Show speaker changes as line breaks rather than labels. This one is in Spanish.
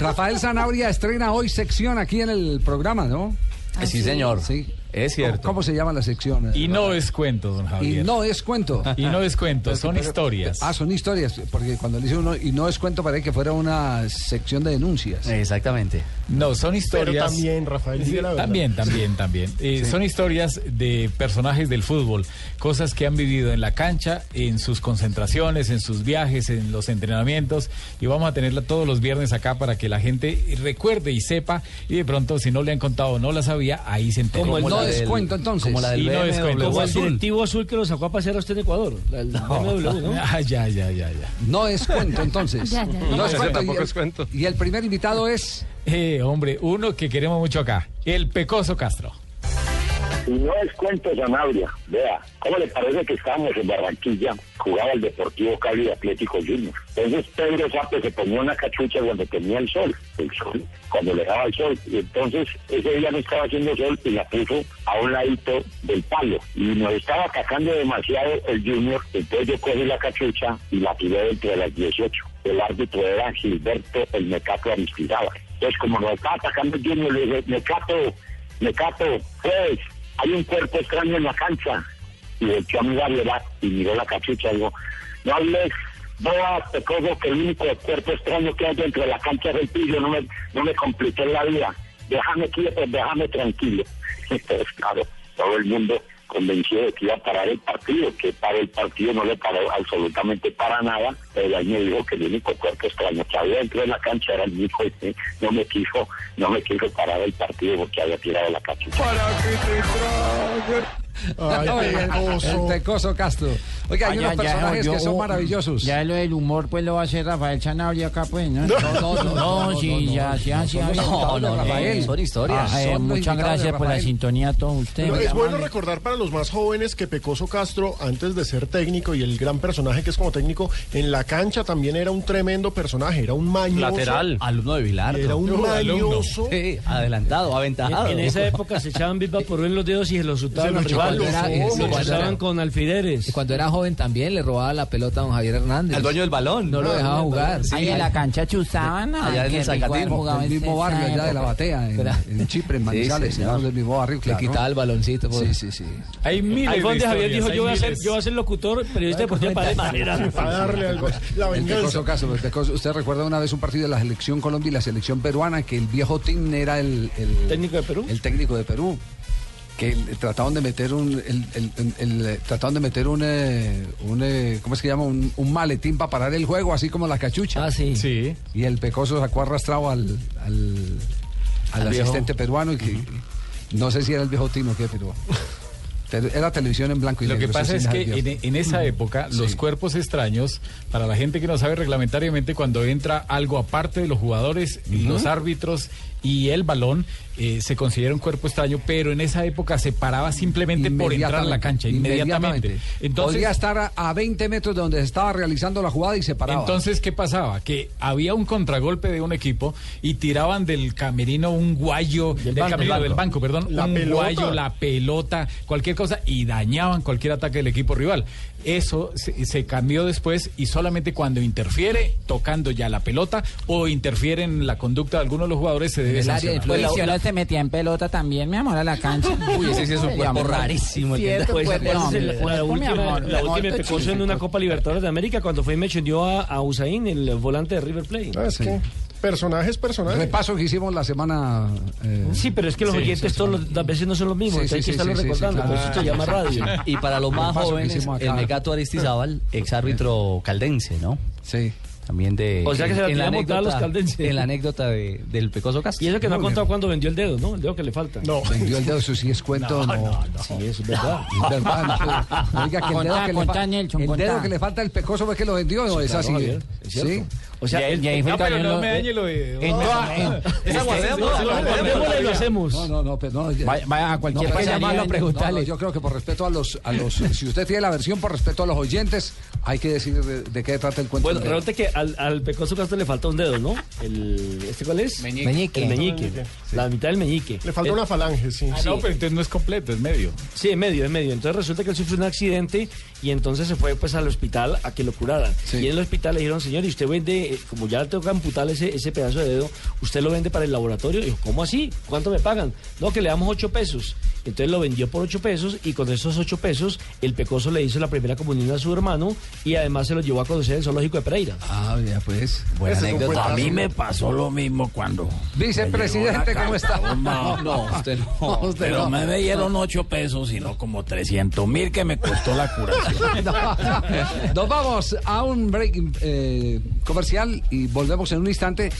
Rafael Zanabria estrena hoy sección aquí en el programa, ¿no?
Sí, señor.
Ah, Sí. ¿Cómo,
Es cierto.
cómo se llama la sección?
Y no Ah. es cuento, don
Y
Javier.
no es cuento.
Y
Ah,
no es cuento, son historias.
Ah, son historias, porque cuando le dice uno y no es cuento parece que fuera una sección de denuncias.
Eh, Exactamente.
No, son historias.
Pero también, Rafael, diga la verdad.
También, también, también. Eh, Son historias de personajes del fútbol, cosas que han vivido en la cancha, en sus concentraciones, en sus viajes, en los entrenamientos. Y vamos a tenerla todos los viernes acá para que la gente recuerde y sepa. Y de pronto, si no le han contado o no la sabía, ahí se enteró.
Como el
la
no
del-
es cuento, entonces.
Como la del
Y no es
BMW
cuento.
Como el
Azul.
directivo azul que lo sacó a pasear a usted en Ecuador. La, el BMW, ¿no?
Ah, ya, ya, ya, ya.
No es cuento, entonces.
Ya, ya, ya.
No es
Ese
cuento. Y
tampoco
el,
es cuento.
y el primer invitado es.
Eh, hombre, uno que queremos mucho acá, el Pecoso Castro.
Y no es cuento Sanabria. Vea, ¿cómo le parece que estábamos en Barranquilla? Jugaba el Deportivo Cali de Atlético Junior. Entonces Pedro Sape se ponía una cachucha cuando tenía el sol, el sol, cuando le daba el sol. Y entonces ese día no estaba haciendo sol y la puso a un ladito del palo. Y nos estaba atacando demasiado el Junior. Entonces yo cogí la cachucha y la tiré dentro de las 18. El árbitro era Gilberto el Mecato Aristizábal. Entonces como nos estaba atacando el Junior, le dije, Mecato, Mecato, pues hay un cuerpo extraño en la cancha. Y volteó a mi barriera y miró la cachucha y dijo, no hables, no te cojo que el único cuerpo extraño que hay dentro de la cancha es el tuyo, no me, no me compliques la vida, déjame quieto, déjame tranquilo. Entonces, claro, todo el mundo convencido de que iba a parar el partido, que para el partido no le paró absolutamente para nada, pero ahí me dijo que el único cuerpo extraño que había dentro de la cancha era el hijo y no me quiso, no me quiso parar el partido porque había tirado la cachucha.
Ay,
Oye, el- el
pecoso.
pecoso Castro. Oiga, hay unos personajes que son maravillosos.
Ya lo del humor, pues lo va a hacer Rafael Sanabria acá, pues, ¿no? No, no, sí, ya, sí, ya, sí, ya.
No, no,
Rafael.
no, son historias.
Ah, eh,
son los
muchas
invitados de
gracias por la
Rafael.
sintonía a todos ustedes.
Pero
muy
es bueno
amables.
recordar para los más jóvenes que Pecoso Castro, antes de ser técnico y el gran personaje que es como técnico, en la cancha también era un tremendo personaje, era un mañoso.
Lateral. Alumno de Vilar.
Era un mañoso.
Sí, adelantado, aventajado.
En, en esa época se echaban Big por en los dedos y se los
Se
untaban
lo
los
echaban
rivales.
los
Era-
ojos.
Lo pasaban con alfileres.
Cuando era joven también le robaba la pelota a don Javier Hernández.
Al dueño del balón. Ah,
No lo dejaba jugar.
Ahí en la cancha chuzaban. ay,
Allá en
qué
el
rico
Zacatín,
haber jugado
Del
en
mismo
esa
barrio, allá de la
época.
batea, en,
¿Verdad?
en Chipre, en
Sí,
Manizales,
señor.
¿no? del mismo barrio,
Le
claro.
quitaba el baloncito.
Sí,
pues.
sí, sí.
Hay miles
Ahí fue
de
donde Javier
historias,
dijo,
hay
yo voy, a ser,
miles.
yo voy a ser locutor, periodista deportivo para de manera.
Para darle algo. La
El
venganza.
pecoso este caso, el pecoso- usted recuerda una vez un partido de la selección Colombia y la selección peruana que el viejo Tim era el, el-
¿Técnico de Perú?
el técnico de Perú que el- trataron de meter un el, el- el- el- trataron de meter un, eh, un eh, cómo es que llama un, un maletín para parar el juego así como la cachucha
Ah, sí.
Sí.
y el pecoso sacó arrastrado al al, al
Al viejo.
asistente peruano y que no sé si era el viejo Tim o qué pero, pero era televisión en blanco y
Lo
negro eso
que pasa
sí
es
nada
que
viejo.
en, en esa época los cuerpos extraños, para la gente que no sabe reglamentariamente, cuando entra algo aparte de los jugadores, los árbitros y el balón, eh, se considera un cuerpo extraño, pero en esa época se paraba simplemente por entrar a la cancha, inmediatamente. Entonces,
Podría estar a, a 20 metros de donde se estaba realizando la jugada y se paraba.
Entonces, ¿qué pasaba? Que había un contragolpe de un equipo y tiraban del camerino un guayo, del,
banco,
camerino
el banco.
del banco, perdón,
La
un
pelota.
guayo, la pelota, cualquier cosa, y dañaban cualquier ataque del equipo rival. Eso se, se cambió después y solamente cuando interfiere, tocando ya la pelota o interfiere en la conducta de alguno de los jugadores, se debe
el área de
sancionar.
Pues
Pues la-
si ahora se metía en pelota también, mi amor, a la cancha.
Uy, ese sí es un cuerpo rarísimo. el que
Cierto,
anda-
pues,
Ese cuerpo, hombre.
no, hombre, pues,
La
mi
última,
amor,
la
muerto
última Pecoso
chiste.
en una Copa Libertadores de América cuando fue y me chendió a, a Usain, el volante de River Plate.
Ah, es que Personajes, personajes.
Repaso que hicimos la semana. eh,
Sí, pero es que los oyentes todas las veces no son los mismos,
Sí,
entonces hay
sí,
que
sí,
estarlo
sí, sí,
recordando,
claro.
por eso se llama radio.
Y para los más
paso que
jóvenes,
hicimos acá.
el Mecato Aristizábal, ex árbitro caldense, ¿no?
sí.
También de.
O sea que se la
en
tiramos todos los caldenses.
En la anécdota de- del Pecoso Castro.
Y eso que no ha
Muy
contado cuando vendió el dedo, ¿no? El dedo que le falta.
No.
Vendió el dedo, eso sí es cuento. No,
Sí, eso es verdad.
Es verdad, no. Oiga, que el dedo,
Contá,
que,
contá,
le fa-
Nelson,
el dedo
contá.
que le falta al pecoso fue que lo vendió, no es así.
Javier.
eh.
¿cierto?
Sí.
O sea,
Y ahí-
el-
y ahí
el-
fue el
no, pero
cañón,
no
lo-
Eh,
me dañe lo de-
en-
en-
no,
en-
es aguacero,
no,
no, no,
Démosle y lo hacemos.
No, no, no, pero no, ya-
Vaya, vaya a
No,
cualquier
pues,
pasa
país.
llamarlo a
no, no,
preguntarle.
yo creo que por respeto a los, a los, si usted tiene la versión por respeto a los oyentes, hay que decir de, de qué trata el cuento.
Bueno,
entero.
realmente que al, al Pecoso Castro le falta un dedo, ¿no? El, ¿Este cuál es?
Meñique.
El meñique. La mitad del meñique.
Le falta
Eh,
una falange, sí.
Ah, No, pero entonces no es completo, es medio.
Sí, en medio, en medio. Entonces resulta que él sufrió un accidente y entonces se fue pues al hospital a que lo curaran.
Sí.
Y en el hospital le dijeron, señor, y usted vende, eh, como ya le tengo que amputar ese, ese pedazo de dedo, usted lo vende para el laboratorio. Y dijo, ¿cómo así? ¿Cuánto me pagan? No, que le damos ocho pesos. Entonces lo vendió por ocho pesos y con esos ocho pesos el pecoso le hizo la primera comunión a su hermano y además se lo llevó a conocer el zoológico de Pereira.
Ah, ya pues.
Buena
Ese es un
anécdota.
cuentazo.
A mí me pasó lo mismo cuando.
Vicepresidente, ¿cómo está?
No, no,
usted no.
usted
pero
no.
me dieron 8 pesos, sino como 300 mil que me costó la curación.
Nos vamos a un break eh, comercial y volvemos en un instante.